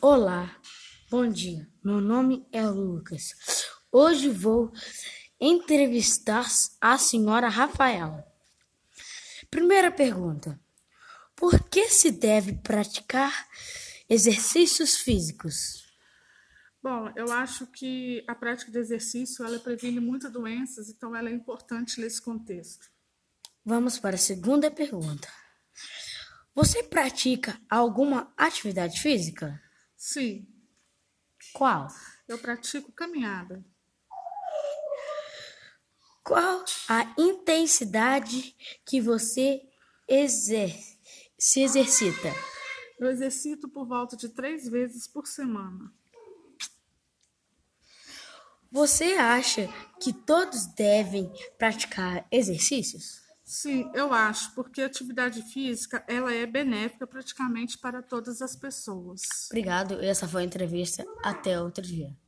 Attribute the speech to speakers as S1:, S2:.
S1: Olá, bom dia. Meu nome é Lucas. Hoje vou entrevistar a senhora Rafaela. Primeira pergunta: Por que se deve praticar exercícios físicos?
S2: Bom, eu acho que a prática de exercício ela previne muitas doenças, então ela é importante nesse contexto.
S1: Vamos para a segunda pergunta. Você pratica alguma atividade física?
S2: Sim,
S1: Qual?
S2: eu pratico caminhada.
S1: Qual a intensidade que você exer se exercita?
S2: Eu exercito por volta de três vezes por semana.
S1: Você acha que todos devem praticar exercícios?
S2: Sim, eu acho, porque a atividade física ela é benéfica praticamente para todas as pessoas.
S1: Obrigado, essa foi a entrevista. Até outro dia.